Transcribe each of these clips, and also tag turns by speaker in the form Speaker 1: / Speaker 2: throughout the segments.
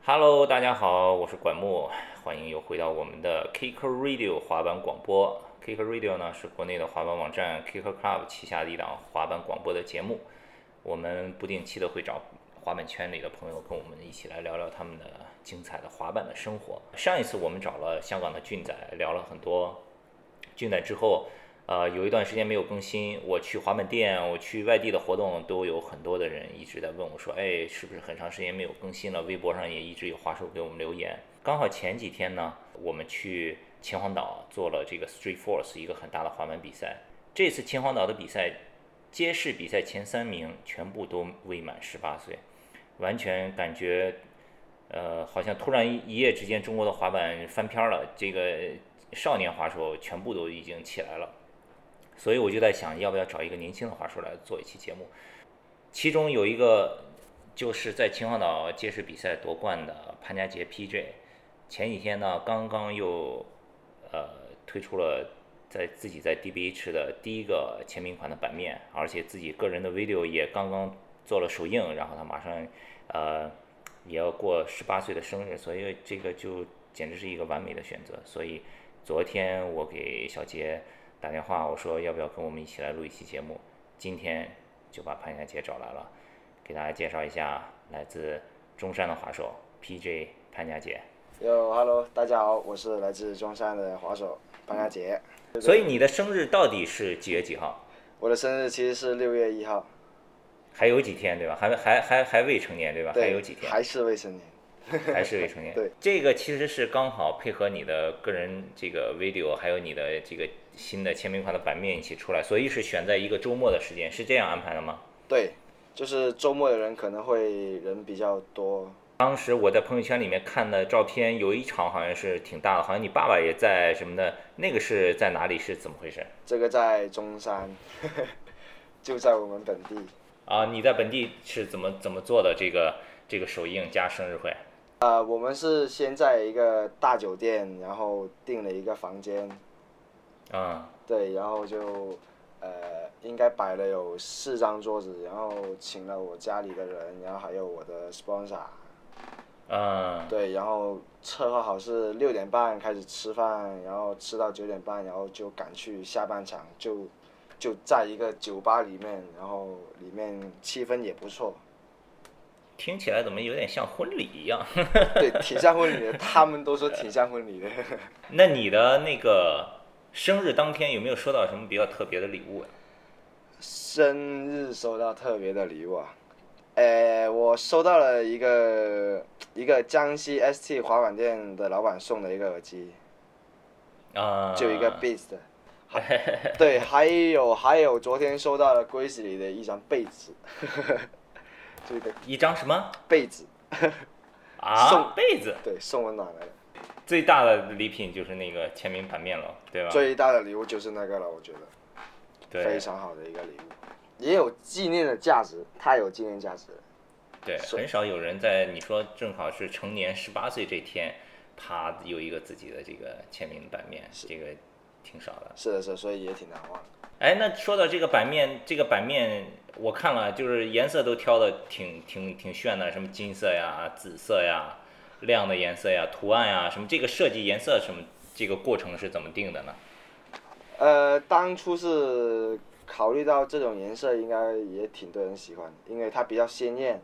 Speaker 1: Hello，大家好，我是管木，欢迎又回到我们的 Kicker Radio 滑板广播。Kicker Radio 呢是国内的滑板网站 Kicker Club 旗下的一档滑板广播的节目。我们不定期的会找滑板圈里的朋友跟我们一起来聊聊他们的精彩的滑板的生活。上一次我们找了香港的俊仔，聊了很多俊仔之后，呃，有一段时间没有更新。我去滑板店，我去外地的活动，都有很多的人一直在问我说：“哎，是不是很长时间没有更新了？”微博上也一直有滑手给我们留言。刚好前几天呢，我们去秦皇岛做了这个 Street Force 一个很大的滑板比赛。这次秦皇岛的比赛，街市比赛前三名全部都未满十八岁，完全感觉，呃，好像突然一夜之间中国的滑板翻篇儿了，这个少年滑手全部都已经起来了。所以我就在想，要不要找一个年轻的滑手来做一期节目？其中有一个就是在秦皇岛街市比赛夺冠的潘家杰 PJ，前几天呢刚刚又呃推出了在自己在 DBH 的第一个签名款的版面，而且自己个人的 video 也刚刚做了首映，然后他马上呃也要过十八岁的生日，所以这个就简直是一个完美的选择。所以昨天我给小杰。打电话，我说要不要跟我们一起来录一期节目？今天就把潘佳杰找来了，给大家介绍一下来自中山的滑手 PJ 潘佳杰。
Speaker 2: 哟，Hello，大家好，我是来自中山的滑手潘佳杰。
Speaker 1: 所以你的生日到底是几月几号？
Speaker 2: 我的生日其实是六月一号，
Speaker 1: 还有几天对吧？还还还还未成年对吧？
Speaker 2: 对，
Speaker 1: 还有几天？
Speaker 2: 还是未成年。
Speaker 1: 还是未成年。
Speaker 2: 对，
Speaker 1: 这个其实是刚好配合你的个人这个 video，还有你的这个新的签名款的版面一起出来，所以是选在一个周末的时间，是这样安排的吗？
Speaker 2: 对，就是周末的人可能会人比较多。
Speaker 1: 当时我在朋友圈里面看的照片，有一场好像是挺大的，好像你爸爸也在什么的，那个是在哪里？是怎么回事？
Speaker 2: 这个在中山， 就在我们本地。
Speaker 1: 啊，你在本地是怎么怎么做的这个这个首映加生日会？
Speaker 2: 呃，我们是先在一个大酒店，然后订了一个房间，
Speaker 1: 啊、
Speaker 2: 对，然后就呃，应该摆了有四张桌子，然后请了我家里的人，然后还有我的 sponsor，
Speaker 1: 嗯、啊，
Speaker 2: 对，然后策划好是六点半开始吃饭，然后吃到九点半，然后就赶去下半场，就就在一个酒吧里面，然后里面气氛也不 错，
Speaker 1: 听起来怎么有点像婚礼一样？
Speaker 2: 对，挺像婚礼的，他们都说挺像婚礼的。
Speaker 1: 那你的那个生日当天有没有收到什么比较特别的礼物呀、
Speaker 2: 生日收到特别的礼物啊，呃，我收到了一个一个江西 ST 滑板店的老板送的一个耳机，
Speaker 1: 啊，
Speaker 2: 就一个 Beats 的，还对，还有还有昨天收到了 Grace 里的一张被子， 这个
Speaker 1: 一张什么
Speaker 2: 被子，
Speaker 1: 啊？
Speaker 2: 送
Speaker 1: 被子，
Speaker 2: 对，送温暖来了。
Speaker 1: 最大的礼品就是那个签名版面了，对吧？啊
Speaker 2: 最大的礼物就是那个了，我觉得
Speaker 1: 对
Speaker 2: 非常好的一个礼物，也有纪念的价值，太有纪念价值了。
Speaker 1: 对，
Speaker 2: 是
Speaker 1: 很少有人在你说正好是成年十八岁这天，啪有一个自己的这个签名版面，这个挺少的。
Speaker 2: 是的，是的，所以也挺难忘的。
Speaker 1: 哎，那说到这个版面，这个版面我看了，就是颜色都挑的挺挺挺炫的，什么金色呀、紫色呀、亮的颜色呀、图案呀，什么这个设计颜色什么这个过程是怎么定的呢？
Speaker 2: 呃，当初是考虑到这种颜色应该也挺多人喜欢的，因为它比较鲜艳，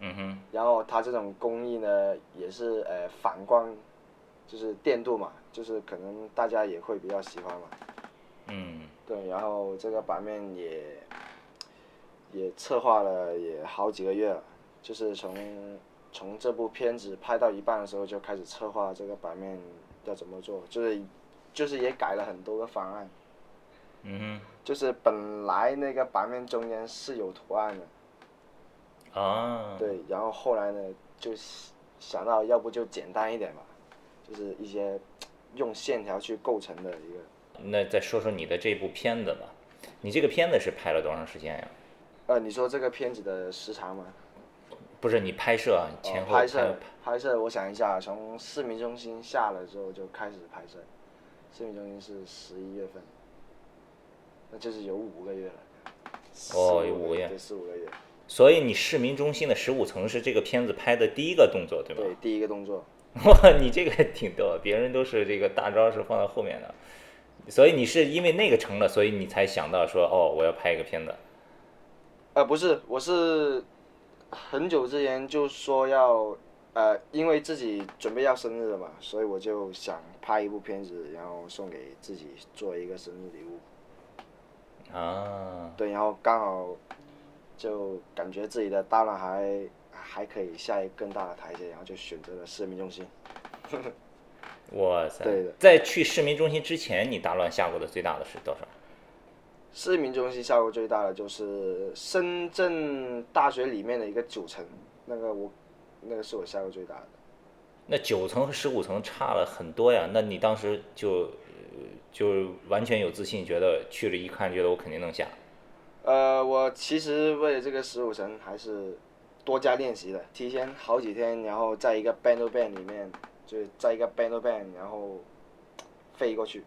Speaker 1: 嗯哼，
Speaker 2: 然后它这种工艺呢也是呃反光，就是电镀嘛，就是可能大家也会比较喜欢嘛。
Speaker 1: 嗯，
Speaker 2: 对，然后这个版面也也策划了也好几个月了，就是从从这部片子拍到一半的时候就开始策划这个版面要怎么做，就是就是也改了很多个方案。
Speaker 1: 嗯
Speaker 2: 就是本来那个版面中间是有图案的，
Speaker 1: 哼，啊，
Speaker 2: 对，然后后来呢，就想到要不就简单一点吧，就是一些用线条去构成的一个，
Speaker 1: 那再说说你的这部片子吧，你这个片子是拍了多长时间呀？
Speaker 2: 呃，你说这个片子的时长吗？
Speaker 1: 不是你拍摄啊前
Speaker 2: 哦
Speaker 1: 后
Speaker 2: 拍
Speaker 1: 了
Speaker 2: 摄拍摄，我想一下，从市民中心下了之后就开始拍摄，市民中心是十一月份，那就是有五个月了，
Speaker 1: 哦
Speaker 2: 四
Speaker 1: 有五个月
Speaker 2: 对，四五个月，
Speaker 1: 所以你市民中心的十五层是这个片子拍的第一个动作，对吧？
Speaker 2: 对，第一个动作，
Speaker 1: 哇，你这个挺逗，别人都是这个大招是放到后面的，所以你是因为那个成了，所以你才想到说哦，我要拍一个片子。
Speaker 2: 呃，不是，我是很久之前就说要，呃，因为自己准备要生日了嘛，所以我就想拍一部片子，然后送给自己做一个生日礼物。
Speaker 1: 啊，
Speaker 2: 对，然后刚好就感觉自己的大脑还还可以下一个更大的台阶，然后就选择了市民中心。
Speaker 1: 哇塞！
Speaker 2: 对的
Speaker 1: 在去市民中心之前，你大乱下过的最大的是多少？
Speaker 2: 市民中心效果最大的就是深圳大学里面的一个九层，那个我那个是我下过最大的。
Speaker 1: 那九层和十五层差了很多呀。那你当时就呃就完全有自信，觉得去了一看，觉得我肯定能下。
Speaker 2: 呃，我其实为了这个十五层还是多加练习的，提前好几天，然后在一个 band to band 里面，就是在一个 band to band，然后飞过去，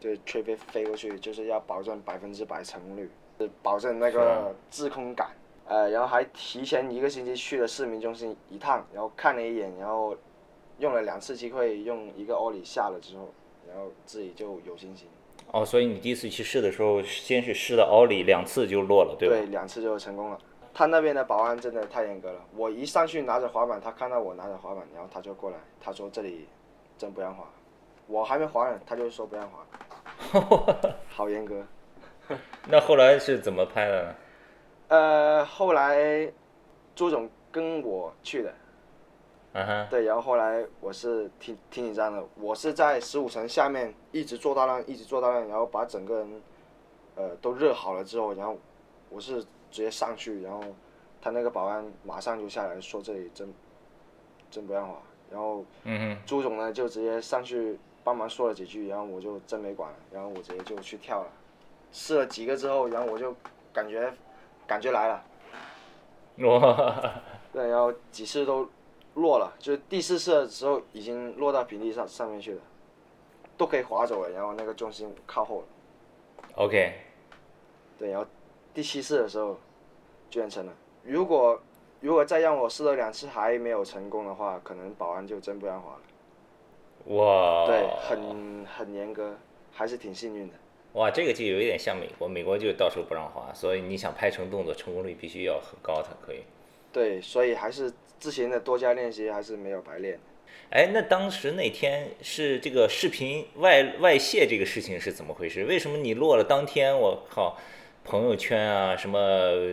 Speaker 2: 就是吹飞飞过去，就是要保证百分之百成功率，就是保证那
Speaker 1: 是啊
Speaker 2: 个制空感。呃，然后还提前一个星期去了市民中心一趟，然后看了一眼，然后用了两次机会，用一个 ollie 下了之后，然后自己就有信心，
Speaker 1: 哦，所以你第一次去试的时候，先是试的奥利两次就落了，对吧？
Speaker 2: 两次就成功了。他那边的保安真的太严格了，我一上去拿着滑板，他看到我拿着滑板，然后他就过来，他说这里真不让滑，我还没滑呢，他就说不让滑， 好严格。
Speaker 1: 那后来是怎么拍的呢？
Speaker 2: 呃，后来朱总跟我去的，
Speaker 1: 啊哈，
Speaker 2: 对，然后后来我是挺挺紧张的，我是在十五层下面一直做到浪，一直做到浪，然后把整个人呃都热好了之后，然后我是直接上去，然后他那个保安马上就下来说这里真真不让滑，然后
Speaker 1: 嗯
Speaker 2: 朱总呢就直接上去帮忙说了几句，然后我就真没管了，然后我直接就去跳了，试了几个之后，然后我就感觉感觉来了。
Speaker 1: 哼，哇，
Speaker 2: 对，然后几次都落了，就是第四次的时候已经落到平地上上面去了，都可以滑走了，然后那个重心靠后了。
Speaker 1: OK，
Speaker 2: 对，然后第七次的时候居然成了。如果如果再让我试了两次还没有成功的话，可能保安就真不让滑了。
Speaker 1: 哇，
Speaker 2: 对，很很严格，还是挺幸运的。
Speaker 1: 哇，这个就有一点像美国，美国就到处不让滑，所以你想拍成动作，成功率必须要很高才可以。
Speaker 2: 对，所以还是之前的多加练习还是没有白练。
Speaker 1: 哎，那当时那天是这个视频外外泄这个事情是怎么回事？为什么你落了当天，我靠，朋友圈啊，什么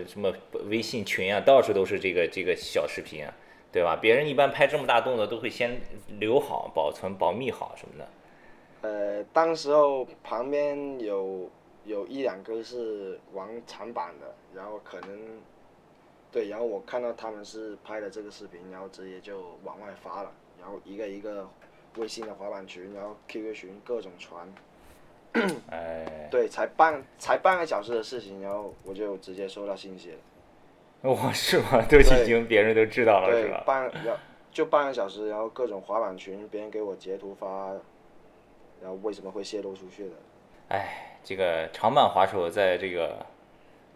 Speaker 1: 什么微信群啊，到处都是这个这个小视频啊，对吧？别人一般拍这么大动作都会先留好、保存、保密好什么的。
Speaker 2: 呃，当时候旁边有有一两个是玩长板的，然后可能，对，然后我看到他们是拍的这个视频，然后直接就往外发了，然后一个一个微信的滑板群，然后 QQ 群各种传，
Speaker 1: 哎，
Speaker 2: 对，才半才半个小时的事情，然后我就直接收到信息了，
Speaker 1: 我是吗？ 都已经别人都知道了是
Speaker 2: 对
Speaker 1: 吧，？
Speaker 2: 半然后就半个小时，然后各种滑板群，别人给我截图发，然后为什么会泄露出去的？
Speaker 1: 哎，这个长板滑手在这个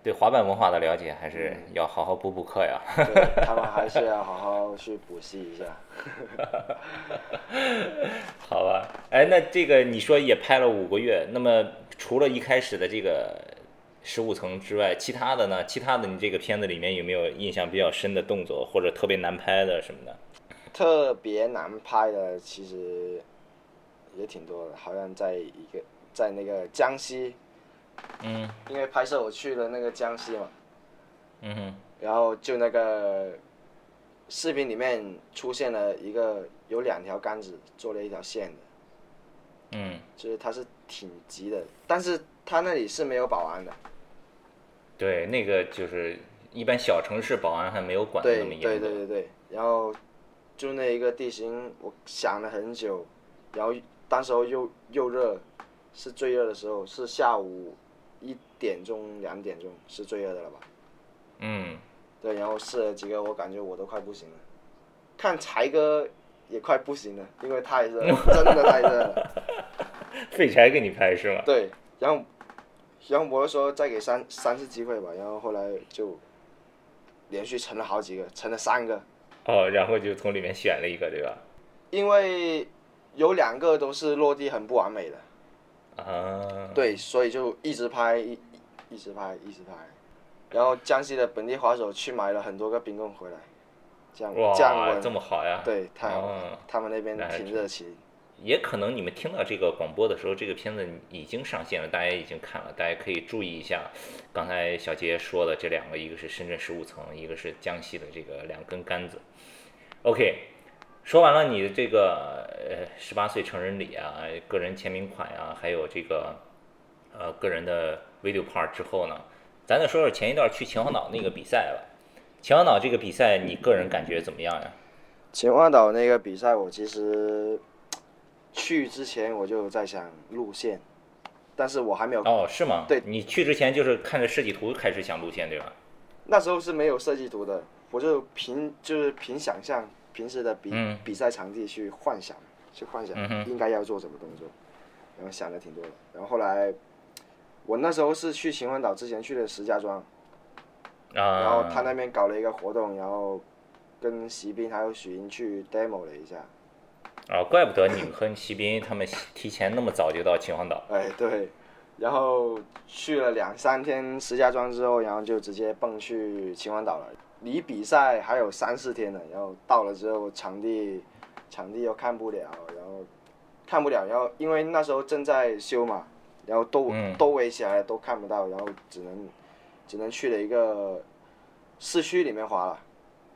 Speaker 1: 对滑板文化的了解还是要好好补补课呀。
Speaker 2: 对他们还是要好好去补习一下。
Speaker 1: 好吧，哎，那这个你说也拍了五个月，那么除了一开始的这个十五层之外，其他的呢？其他的你这个片子里面有没有印象比较深的动作，或者特别难拍的什么的？
Speaker 2: 特别难拍的其实也挺多的，好像在一个在那个江西，
Speaker 1: 嗯
Speaker 2: 因为拍摄我去了那个江西嘛，
Speaker 1: 嗯哼，
Speaker 2: 然后就那个视频里面出现了一个有两条杆子做了一条线的，
Speaker 1: 嗯，
Speaker 2: 就是它是挺直的，但是它那里是没有保安的，
Speaker 1: 对，那个就是一般小城市保安还没有管的
Speaker 2: 对
Speaker 1: 那么严格。
Speaker 2: 对对对对，然后就那一个地形，我想了很久，然后当时候又又热，是最热的时候，是下午一点钟两点钟是最热的了吧？
Speaker 1: 嗯，
Speaker 2: 对，然后试了几个，我感觉我都快不行了，看柴哥也快不行了，因为太热了，真的太热了。
Speaker 1: 废柴给你拍是吗？
Speaker 2: 对，然后然后我就说再给三三次机会吧，然后后来就连续沉了好几个，沉了三个，
Speaker 1: 哦，然后就从里面选了一个，对吧？
Speaker 2: 因为有两个都是落地很不完美的，
Speaker 1: 啊，
Speaker 2: 对，所以就一直拍，一一直拍，一直拍。然后江西的本地滑手去买了很多个冰棍回来，降降
Speaker 1: 哇，
Speaker 2: 温，
Speaker 1: 这么好呀！
Speaker 2: 对，太好了，
Speaker 1: 嗯
Speaker 2: 他们那边
Speaker 1: 那还
Speaker 2: 挺热情。
Speaker 1: 也可能你们听到这个广播的时候，这个片子已经上线了，大家已经看了，大家可以注意一下。刚才小杰说的这两个，一个是深圳十五层，一个是江西的这个两根杆子。OK，说完了你的这个呃十八岁成人礼啊，个人签名款呀、还有这个呃个人的 video part 之后呢，咱再说说前一段去秦皇岛那个比赛吧。秦皇岛这个比赛，你个人感觉怎么样呀？
Speaker 2: 秦皇岛那个比赛，我其实去之前我就在想路线，但是我还没有，
Speaker 1: 哦，是吗？
Speaker 2: 对
Speaker 1: 你去之前就是看着设计图开始想路线，对吧？
Speaker 2: 那时候是没有设计图的，我就凭就是凭想象平时的比、
Speaker 1: 嗯
Speaker 2: 比赛场地去幻想，去幻想
Speaker 1: 嗯哼
Speaker 2: 应该要做什么动作，然后想的挺多的。然后后来，我那时候是去秦皇岛之前去的石家庄，
Speaker 1: 啊，
Speaker 2: 然后他那边搞了一个活动，然后跟席斌还有许莹去 demo 了一下。
Speaker 1: 啊，怪不得你们和席斌他们提前那么早就到秦皇岛。
Speaker 2: 哎，对，然后去了两三天石家庄之后，然后就直接蹦去秦皇岛了。离比赛还有三四天呢，然后到了之后场地，场地又看不了，然后看不了，然后因为那时候正在修嘛，然后都、
Speaker 1: 嗯
Speaker 2: 都围起来了都看不到，然后只能只能去了一个市区里面滑了，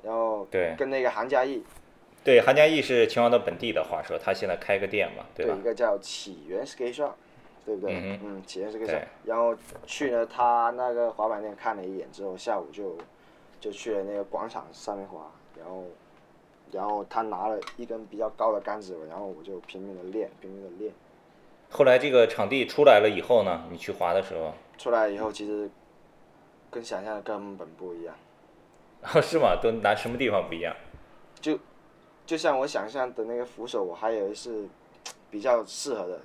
Speaker 2: 然后
Speaker 1: 对
Speaker 2: 跟那个韩佳艺
Speaker 1: 对，韩佳艺是秦皇岛本地的话说，他现在开个店嘛，对吧
Speaker 2: 一？个叫起源 skate shop，对不对？
Speaker 1: 嗯
Speaker 2: 嗯起源 skate
Speaker 1: 对
Speaker 2: shop。然后去了他那个滑板店看了一眼之后，下午就就去了那个广场上面滑，然后然后他拿了一根比较高的杆子，然后我就拼命的练，拼命的练。
Speaker 1: 后来这个场地出来了以后呢，你去滑的时候，
Speaker 2: 出来以
Speaker 1: 嗯
Speaker 2: 后，其实跟想象的根本不一样，
Speaker 1: 是吗？都拿什么地方不一样？
Speaker 2: 就像我想象的那个扶手，我还以为是比较适合的。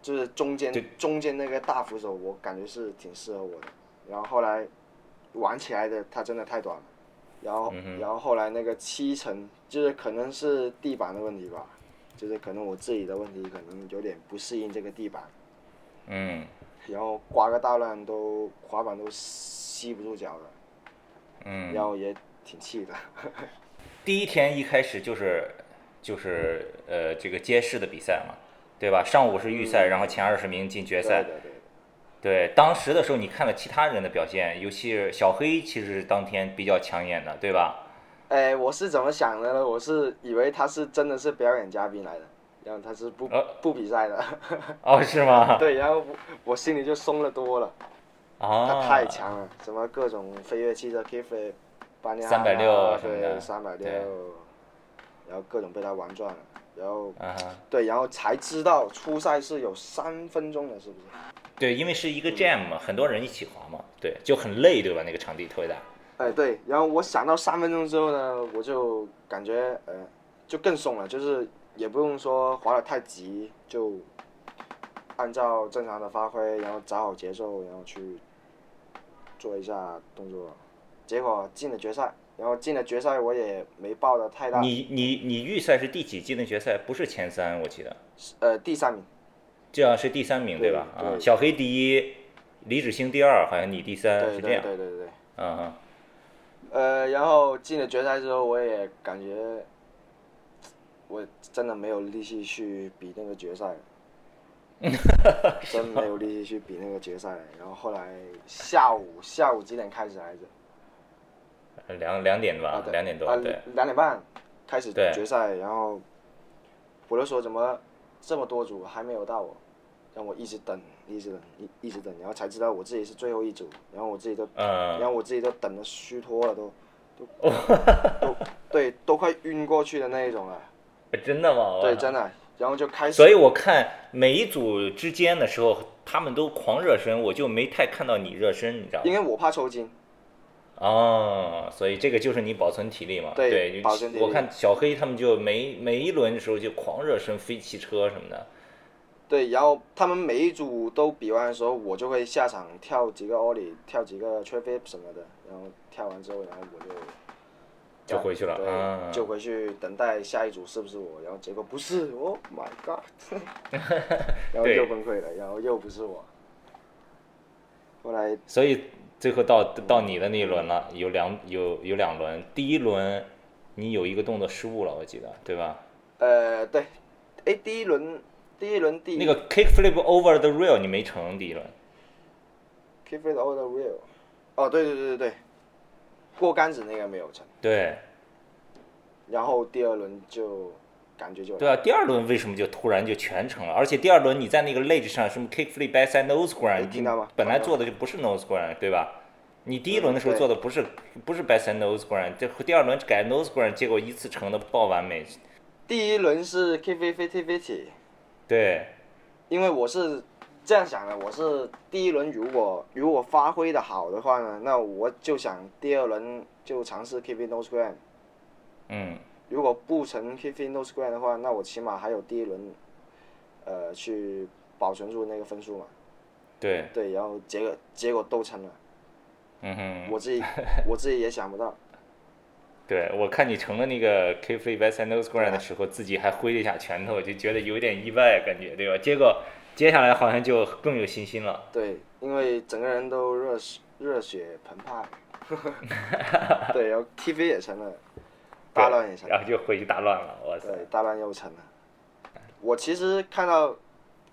Speaker 2: 就是中间
Speaker 1: 对
Speaker 2: 中间那个大扶手，我感觉是挺适合我的。然后后来玩起来的它真的太短了，然后、
Speaker 1: 嗯
Speaker 2: 然后后来那个七层就是可能是地板的问题吧，就是可能我自己的问题，可能有点不适应这个地板，
Speaker 1: 嗯
Speaker 2: 然后刮个大浪都滑板都吸不住脚了，
Speaker 1: 嗯。
Speaker 2: 然后也挺气的。
Speaker 1: 第一天一开始就是就是呃这个街市的比赛嘛，对吧？上午是预赛，然后前二十名进决赛
Speaker 2: 嗯对。对对。
Speaker 1: 对，当时的时候你看了其他人的表现，尤其是小黑，其实是当天比较抢眼的，对吧？
Speaker 2: 哎，我是怎么想的呢？我是以为他是真的是表演嘉宾来的，然后他是不、
Speaker 1: 呃
Speaker 2: 不比赛的，
Speaker 1: 哦，是吗？
Speaker 2: 对，然后我我心里就松了多了。 他
Speaker 1: 啊，
Speaker 2: 太强了，什么各种飞跃汽车 k f i 班尼哈啊
Speaker 1: 360什么的
Speaker 2: 对，三百六
Speaker 1: 对，
Speaker 2: 然后各种被他玩转了，然后
Speaker 1: 啊哈。
Speaker 2: 对，然后才知道初赛是有三分钟的，是不是？
Speaker 1: 对，因为是一个 jam 嘛，很多人一起滑嘛，对，就很累，对吧？那个场地特别大。
Speaker 2: 哎，对，然后我想到三分钟之后呢，我就感觉呃，就更松了，就是也不用说滑得太急，就按照正常的发挥，然后找好节奏，然后去做一下动作。结果进了决赛，然后进了决赛，我也没抱的太大，
Speaker 1: 你你你预赛是第几进的决赛？不是前三，我记得，
Speaker 2: 呃，第三名。
Speaker 1: 这样是第三名
Speaker 2: 对
Speaker 1: 吧？啊，
Speaker 2: 对
Speaker 1: 小黑第一，李芷星第二，好像你第三，
Speaker 2: 对
Speaker 1: 呃是这
Speaker 2: 对
Speaker 1: 样。
Speaker 2: 对对对。
Speaker 1: 嗯嗯，
Speaker 2: 呃，然后进了决赛之后，我也感觉我真的没有力气去比那个 决赛了真没有力气去比那个决赛了。然后后来下午下午几点开始来着？
Speaker 1: 呃两两点吧，
Speaker 2: 对
Speaker 1: 两点多，
Speaker 2: 啊
Speaker 1: 对，
Speaker 2: 两点半开始
Speaker 1: 对
Speaker 2: 决赛，然后我就说怎么这么多组还没有到我，让我一直等，一直等，一一直等，然后才知道我自己是最后一组，然后我自己都
Speaker 1: 嗯，
Speaker 2: 然后我自己都等的虚脱了，都都
Speaker 1: 哦
Speaker 2: 都对，都快晕过去的那一种了。
Speaker 1: 真的吗？
Speaker 2: 对，真的。然后就开始，
Speaker 1: 哦所以我看每一组之间的时候，他们都狂热身，我就没太看到你热身，你知道
Speaker 2: 因
Speaker 1: 吗？
Speaker 2: 为我怕抽筋，
Speaker 1: 哦，所以这个就是你保存体力嘛。就
Speaker 2: 对保存体力
Speaker 1: 我看小黑他们就每每一轮的时候就狂热身、飞汽车什么的。
Speaker 2: 对，然后他们每一组都比完的时候，我就会下场跳几个 ollie，跳几个 t r i p 什么的，然后跳完之后，然后我就
Speaker 1: 就回去了
Speaker 2: 对
Speaker 1: 啊。
Speaker 2: 就回去等待下一组是不是我，然后结果不是，Oh my god，然后
Speaker 1: 对
Speaker 2: 又崩溃了，然后又不是我，后来
Speaker 1: 所以最后到到你的那一轮了，有两有有两轮，第一轮你有一个动作失误了，我记得对吧？
Speaker 2: 呃对，哎第一轮第一轮第一
Speaker 1: 那个 kick flip over the rail 你没成第一轮，
Speaker 2: keep it all the real，哦对对对对对，过杆子那个没有成，
Speaker 1: 对
Speaker 2: 然后第二轮就感觉就
Speaker 1: 对啊，第二轮为什么就突然就全成了？而且第二轮你在那个 ledge 上什么 kick flip backside nose
Speaker 2: 你
Speaker 1: grind，
Speaker 2: 听到吗
Speaker 1: 本来做的就不是 nose grind 对吧？你第一轮的时候
Speaker 2: 嗯对
Speaker 1: 做的不是不是 backside nose grind，这第二轮改 nose grind，结果一次成的爆完美，
Speaker 2: 第一轮是 keep it fifty fifty。
Speaker 1: 对
Speaker 2: 因为我是这样想的，我是第一轮如果如果发挥的好的话呢，那我就想第二轮就尝试 keep it no square。
Speaker 1: 嗯
Speaker 2: 如果不成 keep it no square 的话，那我起码还有第一轮，呃，去保存住那个分数嘛。
Speaker 1: 对，
Speaker 2: 对，然后结果结果都成了，
Speaker 1: 嗯哼。
Speaker 2: 我自己我自己也想不到。
Speaker 1: 对，我看你成了那个 K free by side nose grind 的时候，自己还挥了一下拳头，就觉得有点意外，感觉对吧？结果接下来好像就更有信心了。
Speaker 2: 对，因为整个人都热血热血澎湃。对，然后 TV 也成了，大乱也成了。
Speaker 1: 然后就回去大乱了，哇塞！
Speaker 2: 对，大乱又成了。我其实看到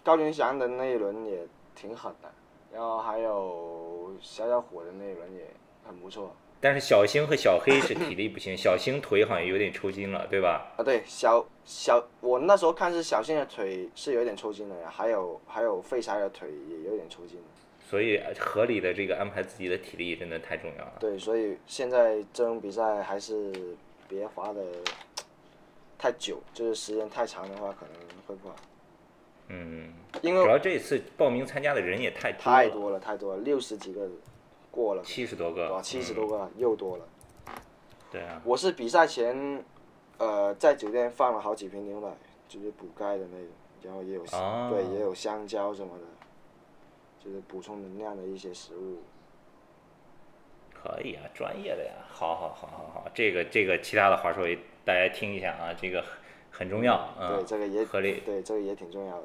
Speaker 2: 高云翔的那一轮也挺狠的，然后还有小小虎的那一轮也很不错
Speaker 1: 但是小星和小黑是体力不行， 小星腿好像有点抽筋了，对吧？
Speaker 2: 啊。对，小小我那时候看是小新的腿是有点抽筋的，还有还有废柴的腿也有点抽筋的。
Speaker 1: 所以合理的这个安排自己的体力真的太重要了。
Speaker 2: 对，所以现在这种比赛还是别滑的太久，就是时间太长的话可能会不好，
Speaker 1: 嗯，
Speaker 2: 因
Speaker 1: 主
Speaker 2: 为
Speaker 1: 要这一次报名参加的人也太多
Speaker 2: 太
Speaker 1: 了，
Speaker 2: 多了太多了，六十几个过了。
Speaker 1: 七十多
Speaker 2: 哇，
Speaker 1: 个，
Speaker 2: 七十多个又多了。
Speaker 1: 对啊，
Speaker 2: 我是比赛前，呃，在酒店放了好几瓶牛奶，就是补钙的那种，然后也有、
Speaker 1: 啊
Speaker 2: 对，也有香蕉什么的，就是补充能量的一些食物。
Speaker 1: 可以啊，专业的呀，好好好好好，这个这个其他的话说也大家听一下啊，这个很很重要啊，
Speaker 2: 对，这个也
Speaker 1: 合理，
Speaker 2: 对，这个也挺重要的。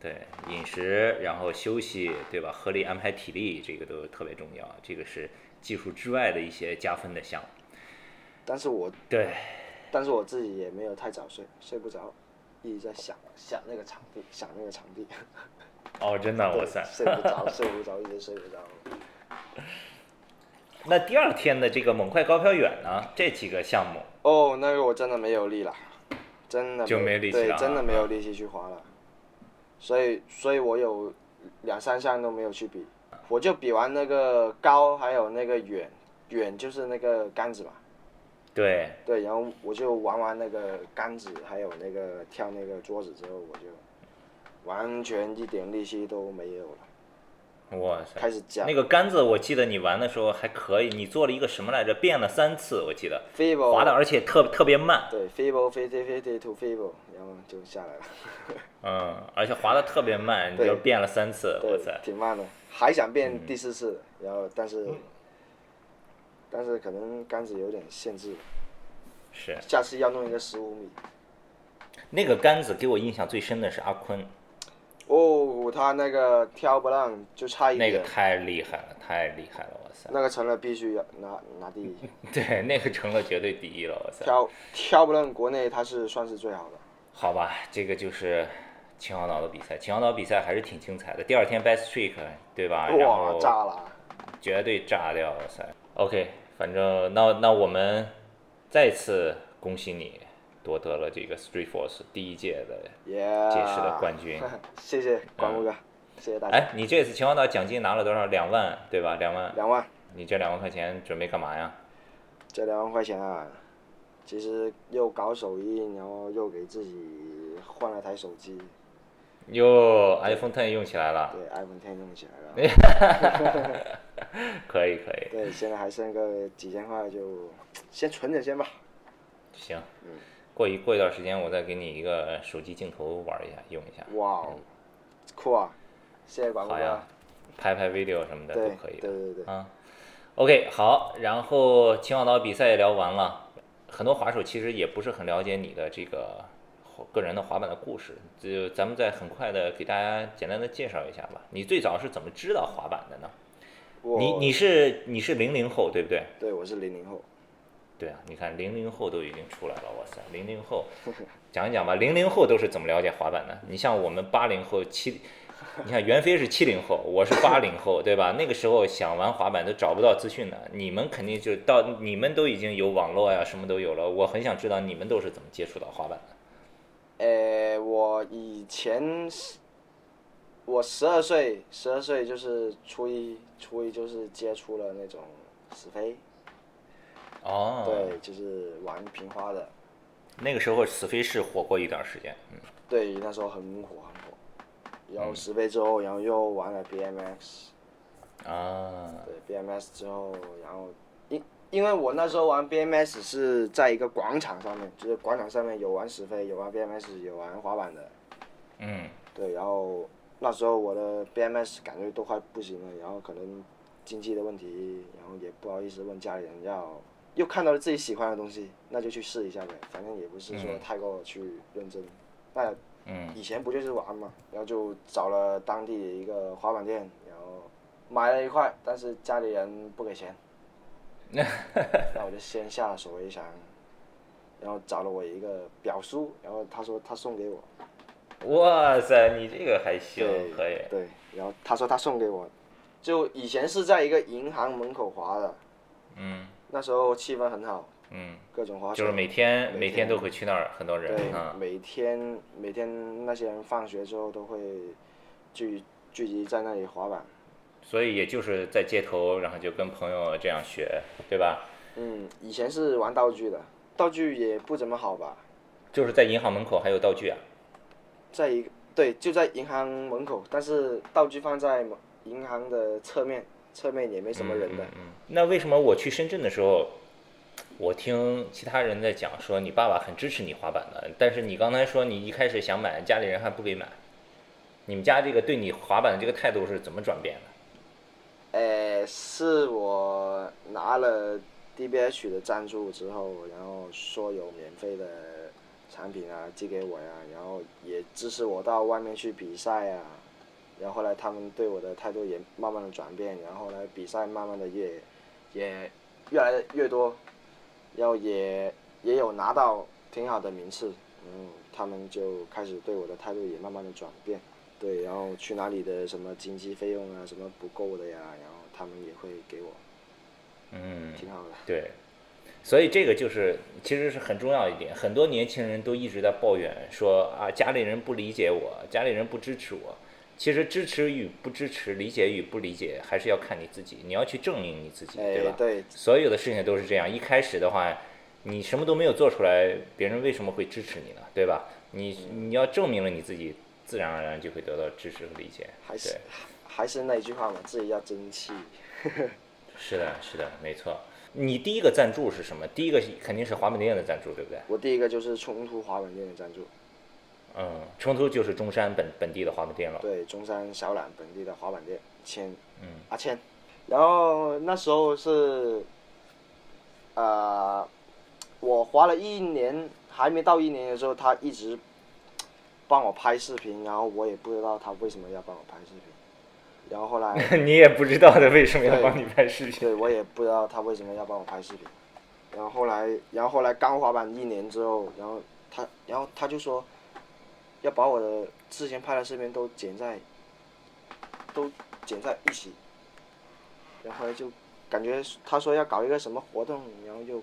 Speaker 1: 对饮食，然后休息，对吧？合理安排体力，这个都特别重要，这个是技术之外的一些加分的项目。
Speaker 2: 但是我，
Speaker 1: 对，
Speaker 2: 但是我自己也没有太早睡，睡不着，一直在想想那个场地，想那个场地，
Speaker 1: 哦，真 的，哇
Speaker 2: 对
Speaker 1: 塞，！
Speaker 2: 睡不着，睡不着，一直睡不着。
Speaker 1: 那第二天的这个猛快高飘远呢，这几个项目，
Speaker 2: 哦，那个我真的没有力了，真的
Speaker 1: 就没力气了
Speaker 2: 对，
Speaker 1: 啊
Speaker 2: 真的没有力气去滑了。所以，所以我有两三项都没有去比，我就比完那个高，还有那个远，远就是那个杆子嘛，
Speaker 1: 对，
Speaker 2: 对，然后我就玩完那个杆子，还有那个跳那个桌子之后，我就完全一点力气都没有了，
Speaker 1: 哇塞，
Speaker 2: 开始讲
Speaker 1: 那个杆子，我记得你玩的时候还可以，你做了一个什么来着？变了三次，我记得，滑的
Speaker 2: feeble，
Speaker 1: 而且特特别慢，
Speaker 2: 对 feeble fifty fifty to feeble，然后就下来了，
Speaker 1: 嗯，而且滑的特别慢，你
Speaker 2: 对
Speaker 1: 就变了三次， 哇塞
Speaker 2: 对，！挺慢的，还想变第四次，然后但是、
Speaker 1: 嗯
Speaker 2: 但是可能杆子有点限制，
Speaker 1: 是
Speaker 2: 下次要弄一个十五米。
Speaker 1: 那个杆子给我印象最深的是阿坤，
Speaker 2: 哦，他那个挑不让就差一
Speaker 1: 那
Speaker 2: 点，
Speaker 1: 个太厉害了，太厉害了，哇塞！
Speaker 2: 那个成了必须要拿拿第一，
Speaker 1: 对，那个成了绝对第一了，哇塞！
Speaker 2: 挑挑不让国内他是算是最好的。
Speaker 1: 好吧，这个就是秦皇岛的比赛，秦皇岛比赛还是挺精彩的。第二天 Best Trick，对吧？然
Speaker 2: 哇
Speaker 1: 后，
Speaker 2: 炸了！
Speaker 1: 绝对炸掉，哇塞！OK，反正那那我们再次恭喜你夺得了这个 Street Force 第一届的
Speaker 2: 耶、
Speaker 1: 届时的冠军。
Speaker 2: 谢谢关木哥，谢谢大家。
Speaker 1: 哎，你这次秦皇岛奖金拿了多少？两万，对吧？两万。
Speaker 2: 两万，
Speaker 1: 你这两万块钱准备干嘛呀？
Speaker 2: 这两万块钱啊，其实又搞手艺，然后又给自己换了台手机，
Speaker 1: 哟，iPhone Ten 用起来了，
Speaker 2: 对，iPhone 10用起来了。
Speaker 1: 哎可以可以，
Speaker 2: 对，现在还剩个几千块就，先存着先吧。
Speaker 1: 行。过一过一段时间，我再给你一个手机镜头玩一下，用一下。
Speaker 2: 哇哦，酷啊！谢谢管顾
Speaker 1: 好呀
Speaker 2: 哥。
Speaker 1: 拍拍 video 什么的都
Speaker 2: 对
Speaker 1: 可以
Speaker 2: 对对对，
Speaker 1: 啊。OK，好，然后秦皇岛比赛也聊完了，很多滑手其实也不是很了解你的这个个人的滑板的故事，就咱们再很快的给大家简单的介绍一下吧。你最早是怎么知道滑板的呢？
Speaker 2: 我
Speaker 1: 你你是你是零零后对不对？
Speaker 2: 对我是零零后，
Speaker 1: 对啊，你看零零后都已经出来了，哇塞，零零后讲一讲吧，零零后都是怎么了解滑板的？你像我们八零后、七，你看袁飞是七零后，我是八零 后，对吧？那个时候想玩滑板都找不到资讯的，你们肯定就到你们都已经有网络呀，什么都有了。我很想知道你们都是怎么接触到滑板的。
Speaker 2: 呃，我以前是我十二岁，十二岁就是初一，初一就是接触了那种死飞，
Speaker 1: 哦，，
Speaker 2: 对，就是玩平花的，
Speaker 1: 那个时候死飞是火过一段时间，嗯，
Speaker 2: 对，那时候很火很火。然后十倍之后，然后又玩了 BMX，
Speaker 1: 啊，
Speaker 2: 对 BMX 之后，然后因因为我那时候玩 BMX 是在一个广场上面，就是广场上面有玩石飞，有玩 BMX，有玩滑板的，
Speaker 1: 嗯，
Speaker 2: 对，然后那时候我的 BMX 感觉都快不行了，然后可能经济的问题，然后也不好意思问家里人要，又看到了自己喜欢的东西，那就去试一下呗，反正也不是说太过去认真。那
Speaker 1: 嗯
Speaker 2: 以前不就是玩嘛，然后就找了当地的一个滑板店，然后买了一块，但是家里人不给钱，那我就先下手为强，然后找了我一个表叔，然后他说他送给我，
Speaker 1: 哇塞，你这个还行
Speaker 2: 对，
Speaker 1: 可以，
Speaker 2: 对，然后他说他送给我，就以前是在一个银行门口滑的，
Speaker 1: 嗯
Speaker 2: 那时候气氛很好，
Speaker 1: 嗯，
Speaker 2: 各种滑手，
Speaker 1: 就是每天
Speaker 2: 每
Speaker 1: 每天
Speaker 2: 天
Speaker 1: 都会去那儿，很多人
Speaker 2: 对，
Speaker 1: 啊。
Speaker 2: 每天每天那些人放学之后都会聚聚集在那里滑板，
Speaker 1: 所以也就是在街头，然后就跟朋友这样学，对吧？
Speaker 2: 嗯，以前是玩道具的，道具也不怎么好吧，
Speaker 1: 就是在银行门口还有道具啊，
Speaker 2: 在一个对就在银行门口，但是道具放在门银行的侧面，侧面也没什么人的，
Speaker 1: 那为什么我去深圳的时候，我听其他人在讲说你爸爸很支持你滑板的，但是你刚才说你一开始想买，家里人还不给买，你们家这个对你滑板的这个态度是怎么转变的？
Speaker 2: 呃，是我拿了 DBH 的赞助之后，然后说有免费的产品啊寄给我呀，然后也支持我到外面去比赛啊。然后后来他们对我的态度也慢慢的转变，然后来比赛慢慢的也也越来越多，然后也也有拿到挺好的名次，嗯，他们就开始对我的态度也慢慢的转变。对，然后去哪里的什么经济费用啊，什么不够的呀，然后他们也会给我，
Speaker 1: 嗯，
Speaker 2: 挺好的。
Speaker 1: 对，所以这个就是其实是很重要一点，很多年轻人都一直在抱怨说啊，家里人不理解我，家里人不支持我。其实支持与不支持，理解与不理解，还是要看你自己，你要去证明你自己，对
Speaker 2: 哎
Speaker 1: 吧，？
Speaker 2: 对，
Speaker 1: 所有的事情都是这样，一开始的话，你什么都没有做出来，别人为什么会支持你呢？对吧？你你
Speaker 2: 嗯
Speaker 1: 要证明了你自己，自然而然就会得到支持和理解。
Speaker 2: 还是
Speaker 1: 对
Speaker 2: 还是那一句话嘛，自己要争气。
Speaker 1: 是的，是的，没错。你第一个赞助是什么？第一个是肯定是华本店的赞助，对不对？
Speaker 2: 我第一个就是冲突滑板店的赞助，
Speaker 1: 嗯，冲突就是中山本本地的滑门店了。
Speaker 2: 对，中山小榄本地的滑板店签
Speaker 1: 嗯
Speaker 2: 阿谦，然后那时候是，呃，我滑了一年，还没到一年的时候，他一直帮我拍视频，然后我也不知道他为什么要帮我拍视频，然后后来。
Speaker 1: 你也不知道他为什么要
Speaker 2: 对
Speaker 1: 帮你拍视频。
Speaker 2: 对，我也不知道他为什么要帮我拍视频。然后后来，然后后来刚滑板一年之后，然后他，然后他就说，要把我的之前拍的视频都剪在，都剪在一起。然后后来就感觉他说要搞一个什么活动，然后就，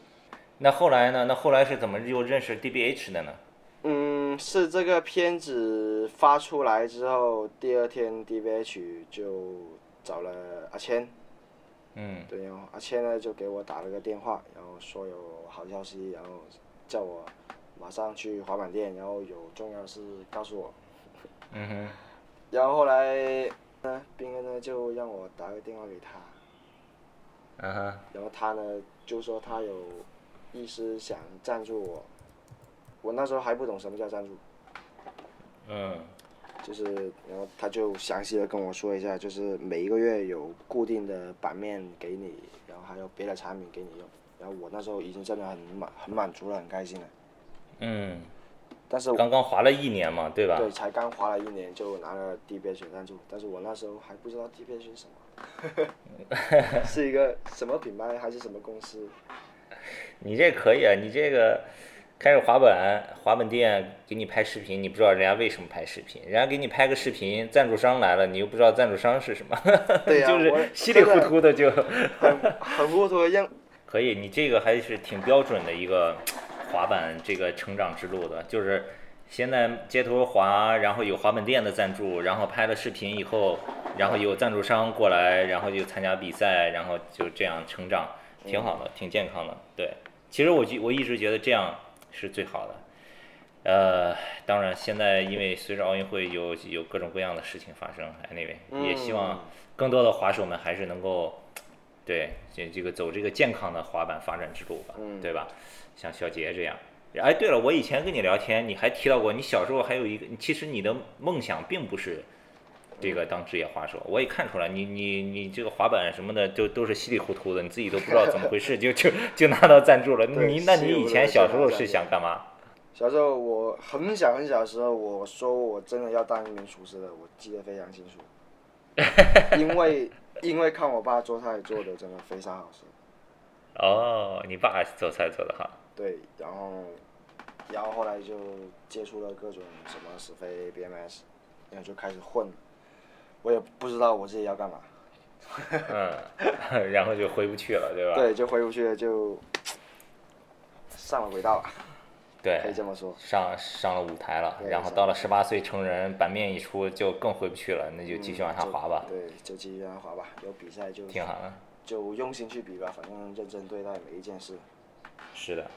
Speaker 1: 那后来呢？那后来是怎么又认识 DBH 的呢？
Speaker 2: 嗯，是这个片子发出来之后，第二天 DVH 就找了阿谦，
Speaker 1: 嗯，
Speaker 2: 对，然后阿谦呢就给我打了个电话，然后说有好消息，然后叫我马上去滑板店，然后有重要事告诉我。
Speaker 1: 嗯哼，
Speaker 2: 然后后来呢，斌哥呢就让我打个电话给他，
Speaker 1: 嗯哼，
Speaker 2: 然后他呢就说他有意思想赞助我，我那时候还不懂什么叫赞助，
Speaker 1: 嗯，
Speaker 2: 就是然后他就详细的跟我说一下，就是每一个月有固定的版面给你，然后还有别的产品给你用，然后我那时候已经真的很满很满足了，很开心了。
Speaker 1: 嗯，
Speaker 2: 但是我
Speaker 1: 刚刚滑了一年嘛，对吧？
Speaker 2: 对，才刚滑了一年就拿了 DBA 选赞助，但是我那时候还不知道 DBA 是什么，是一个什么品牌还是什么公司？
Speaker 1: 你这可以啊，你这个开始滑板，滑板店给你拍视频，你不知道人家为什么拍视频，人家给你拍个视频，赞助商来了，你又不知道赞助商是什么，
Speaker 2: 对 呀、
Speaker 1: 就
Speaker 2: 我
Speaker 1: 是稀里糊涂的就
Speaker 2: 很很糊涂的样，
Speaker 1: 可以。你这个还是挺标准的一个滑板这个成长之路的，就是先在街头滑，然后有滑板店的赞助，然后拍了视频以后，然后有赞助商过来，然后就参加比赛，然后就这样成长，挺好的，挺健康的。对，其实我觉我一直觉得这样是最好的。呃，当然，现在因为随着奥运会有有各种各样的事情发生，anyway，也希望更多的滑手们还是能够，对，这这个走这个健康的滑板发展之路吧，
Speaker 2: 嗯
Speaker 1: 对吧？像小杰这样。哎，对了，我以前跟你聊天，你还提到过，你小时候还有一个，其实你的梦想并不是这个当职业滑手，我也看出来，你你你这个滑板什么的就都是稀里糊涂的，你自己都不知道怎么回事，就就就拿到赞助了。
Speaker 2: 对
Speaker 1: 你那
Speaker 2: 稀
Speaker 1: 你
Speaker 2: 里糊
Speaker 1: 以
Speaker 2: 涂
Speaker 1: 前
Speaker 2: 就
Speaker 1: 小
Speaker 2: 拿
Speaker 1: 时候
Speaker 2: 赞
Speaker 1: 是
Speaker 2: 助
Speaker 1: 想干嘛？
Speaker 2: 小时候我很小很小的时候，我说我真的要当一名厨师的，我记得非常 清楚，因为因为看我爸做菜做的真的非常好吃，
Speaker 1: 哦，你爸做菜做的好，
Speaker 2: 对，然后然后后来就接触了各种什么死飞 BMS，然后就开始混，我也不知道我自己要干嘛，
Speaker 1: 嗯，然后就回不去了，对吧？
Speaker 2: 对，就回不去了，就上了轨道了，可以
Speaker 1: 对，
Speaker 2: 这么说，
Speaker 1: 上上了舞台了，
Speaker 2: 对
Speaker 1: 然后到了十八岁成人，版面一出就更回不去了，那就继续往下
Speaker 2: 嗯
Speaker 1: 滑吧，
Speaker 2: 对，就继续让他滑吧，有比赛就
Speaker 1: 挺好的。
Speaker 2: 就用心去比吧，反正认真对待每一件事。
Speaker 1: 是的，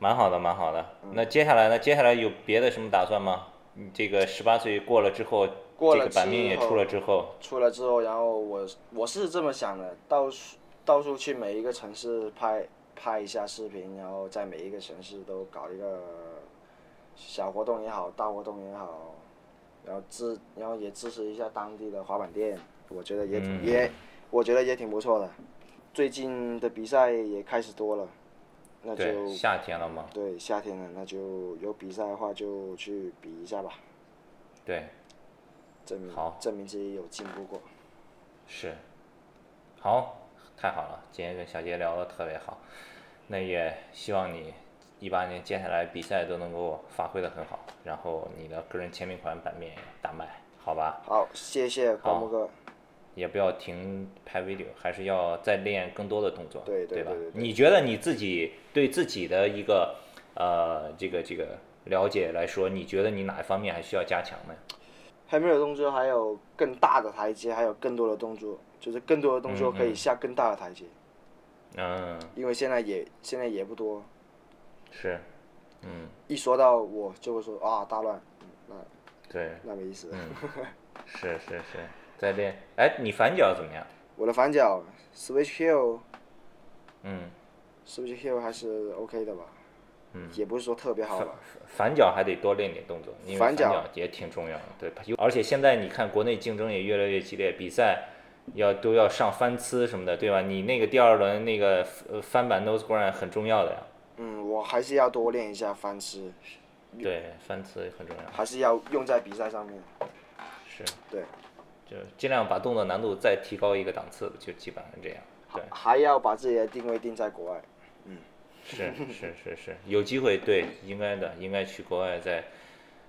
Speaker 1: 蛮好的，蛮好的。
Speaker 2: 嗯
Speaker 1: 那接下来呢？接下来有别的什么打算吗？你这个十八岁过了之后，
Speaker 2: 过
Speaker 1: 这
Speaker 2: 了
Speaker 1: 个版面也
Speaker 2: 之后
Speaker 1: 出了之后，
Speaker 2: 出来之后，然后我我是这么想的，到处到处去每一个城市拍拍一下视频，然后在每一个城市都搞一个小活动也好，大活动也好，然后支然后也支持一下当地的滑板店，我觉得也挺、
Speaker 1: 嗯
Speaker 2: 也我觉得也挺不错的。最近的比赛也开始多了，那就
Speaker 1: 对，夏天了嘛，
Speaker 2: 对夏天了，那就有比赛的话就去比一下吧，
Speaker 1: 对，
Speaker 2: 证明
Speaker 1: 好
Speaker 2: 证明自己有进步过。
Speaker 1: 是，好，太好了，今天跟小杰聊的特别好，那也希望你一八年接下来比赛都能够发挥的很好，然后你的个人签名款版面也大卖，好吧？
Speaker 2: 好，谢谢
Speaker 1: 好
Speaker 2: 关木哥。
Speaker 1: 也不要停拍 video，还是要再练更多的动作，
Speaker 2: 对对
Speaker 1: 吧
Speaker 2: 对对？对
Speaker 1: 你觉得你自己对自己的一个呃这个这个了解来说，你觉得你哪一方面还需要加强呢？
Speaker 2: 还没有动作，还有更大的台阶，还有更多的动作，就是更多的动作可以下更大的台阶，
Speaker 1: 嗯，
Speaker 2: 因为现在也现在也不多。
Speaker 1: 是，嗯，
Speaker 2: 一说到我就会说啊大乱，嗯那
Speaker 1: 对，
Speaker 2: 那没意思。
Speaker 1: 嗯是是是，再练。哎，你反脚怎么样？
Speaker 2: 我的反脚 switch heel
Speaker 1: 嗯，
Speaker 2: switch heel 还是 OK 的吧，
Speaker 1: 嗯
Speaker 2: 也不是说特别好吧。
Speaker 1: 反脚还得多练点动作，因为
Speaker 2: 反脚
Speaker 1: 脚也挺重要的，对吧？有而且现在你看国内竞争也越来越激烈，比赛要都要上翻呲什么的，对吧？你那个第二轮那个呃翻板 nose grind 很重要的呀，
Speaker 2: 嗯，我还是要多练一下翻吃，
Speaker 1: 对，翻呲很重要，
Speaker 2: 还是要用在比赛上面。
Speaker 1: 是，
Speaker 2: 对，
Speaker 1: 就尽量把动作难度再提高一个档次，就基本上这样，对。
Speaker 2: 还要把自己的定位定在国外。
Speaker 1: 是是是是，有机会对，应该的，应该去国外再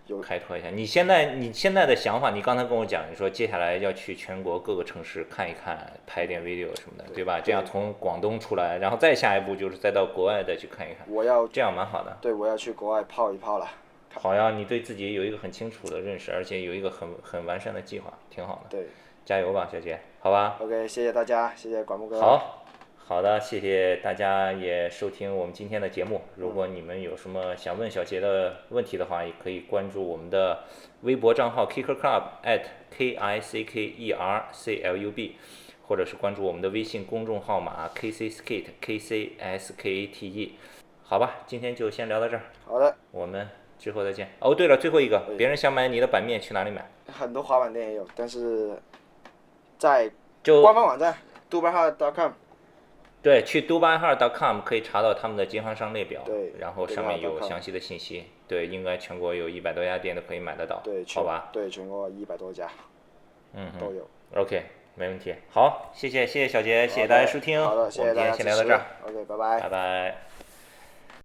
Speaker 2: 有
Speaker 1: 开拓一下。你现在你现在的想法，你刚才跟我讲，你说接下来要去全国各个城市看一看，拍点 video 什么的，对吧？这样从广东出来，然后再下一步就是再到国外再去看一看，
Speaker 2: 我要
Speaker 1: 这样蛮好的。
Speaker 2: 对我要去国外泡一泡了。
Speaker 1: 好呀，你对自己有一个很清楚的认识，而且有一个很很完善的计划，挺好的，
Speaker 2: 对
Speaker 1: 加油吧，小杰，好吧？
Speaker 2: ，OK，谢谢大家，谢谢管木哥。
Speaker 1: 好，好的，谢谢大家也收听我们今天的节目。如果你们有什么想问小杰的问题的话，也可以关注我们的微博账号 Kicker Club at k i c k e r c l u b，或者是关注我们的微信公众号码 k c skate k c s k a t e。好吧，今天就先聊到这儿，
Speaker 2: 好的，
Speaker 1: 我们之后再见。哦，对了，最后一个，别人想买你的版面去哪里买？
Speaker 2: 很多滑板店也有，但是在
Speaker 1: 就
Speaker 2: 官方网站 d u b a i c o m
Speaker 1: 对，去 d u b a i h a r c o m 可以查到他们的经销商列表，
Speaker 2: 对
Speaker 1: 然后上面有
Speaker 2: dubai.com
Speaker 1: 详细的信息。对，应该全国有一百多家店都可以买得到，
Speaker 2: 对，
Speaker 1: 好
Speaker 2: 全
Speaker 1: 吧？
Speaker 2: 对全国一百多家，
Speaker 1: 嗯
Speaker 2: 都有。
Speaker 1: ，OK，没问题。好，谢谢，谢谢小杰，谢谢大家收听，
Speaker 2: 好的，谢
Speaker 1: 我
Speaker 2: 谢
Speaker 1: 们今
Speaker 2: 大家
Speaker 1: 天
Speaker 2: 支持。
Speaker 1: 先聊到这儿，
Speaker 2: OK，拜拜。
Speaker 1: 拜拜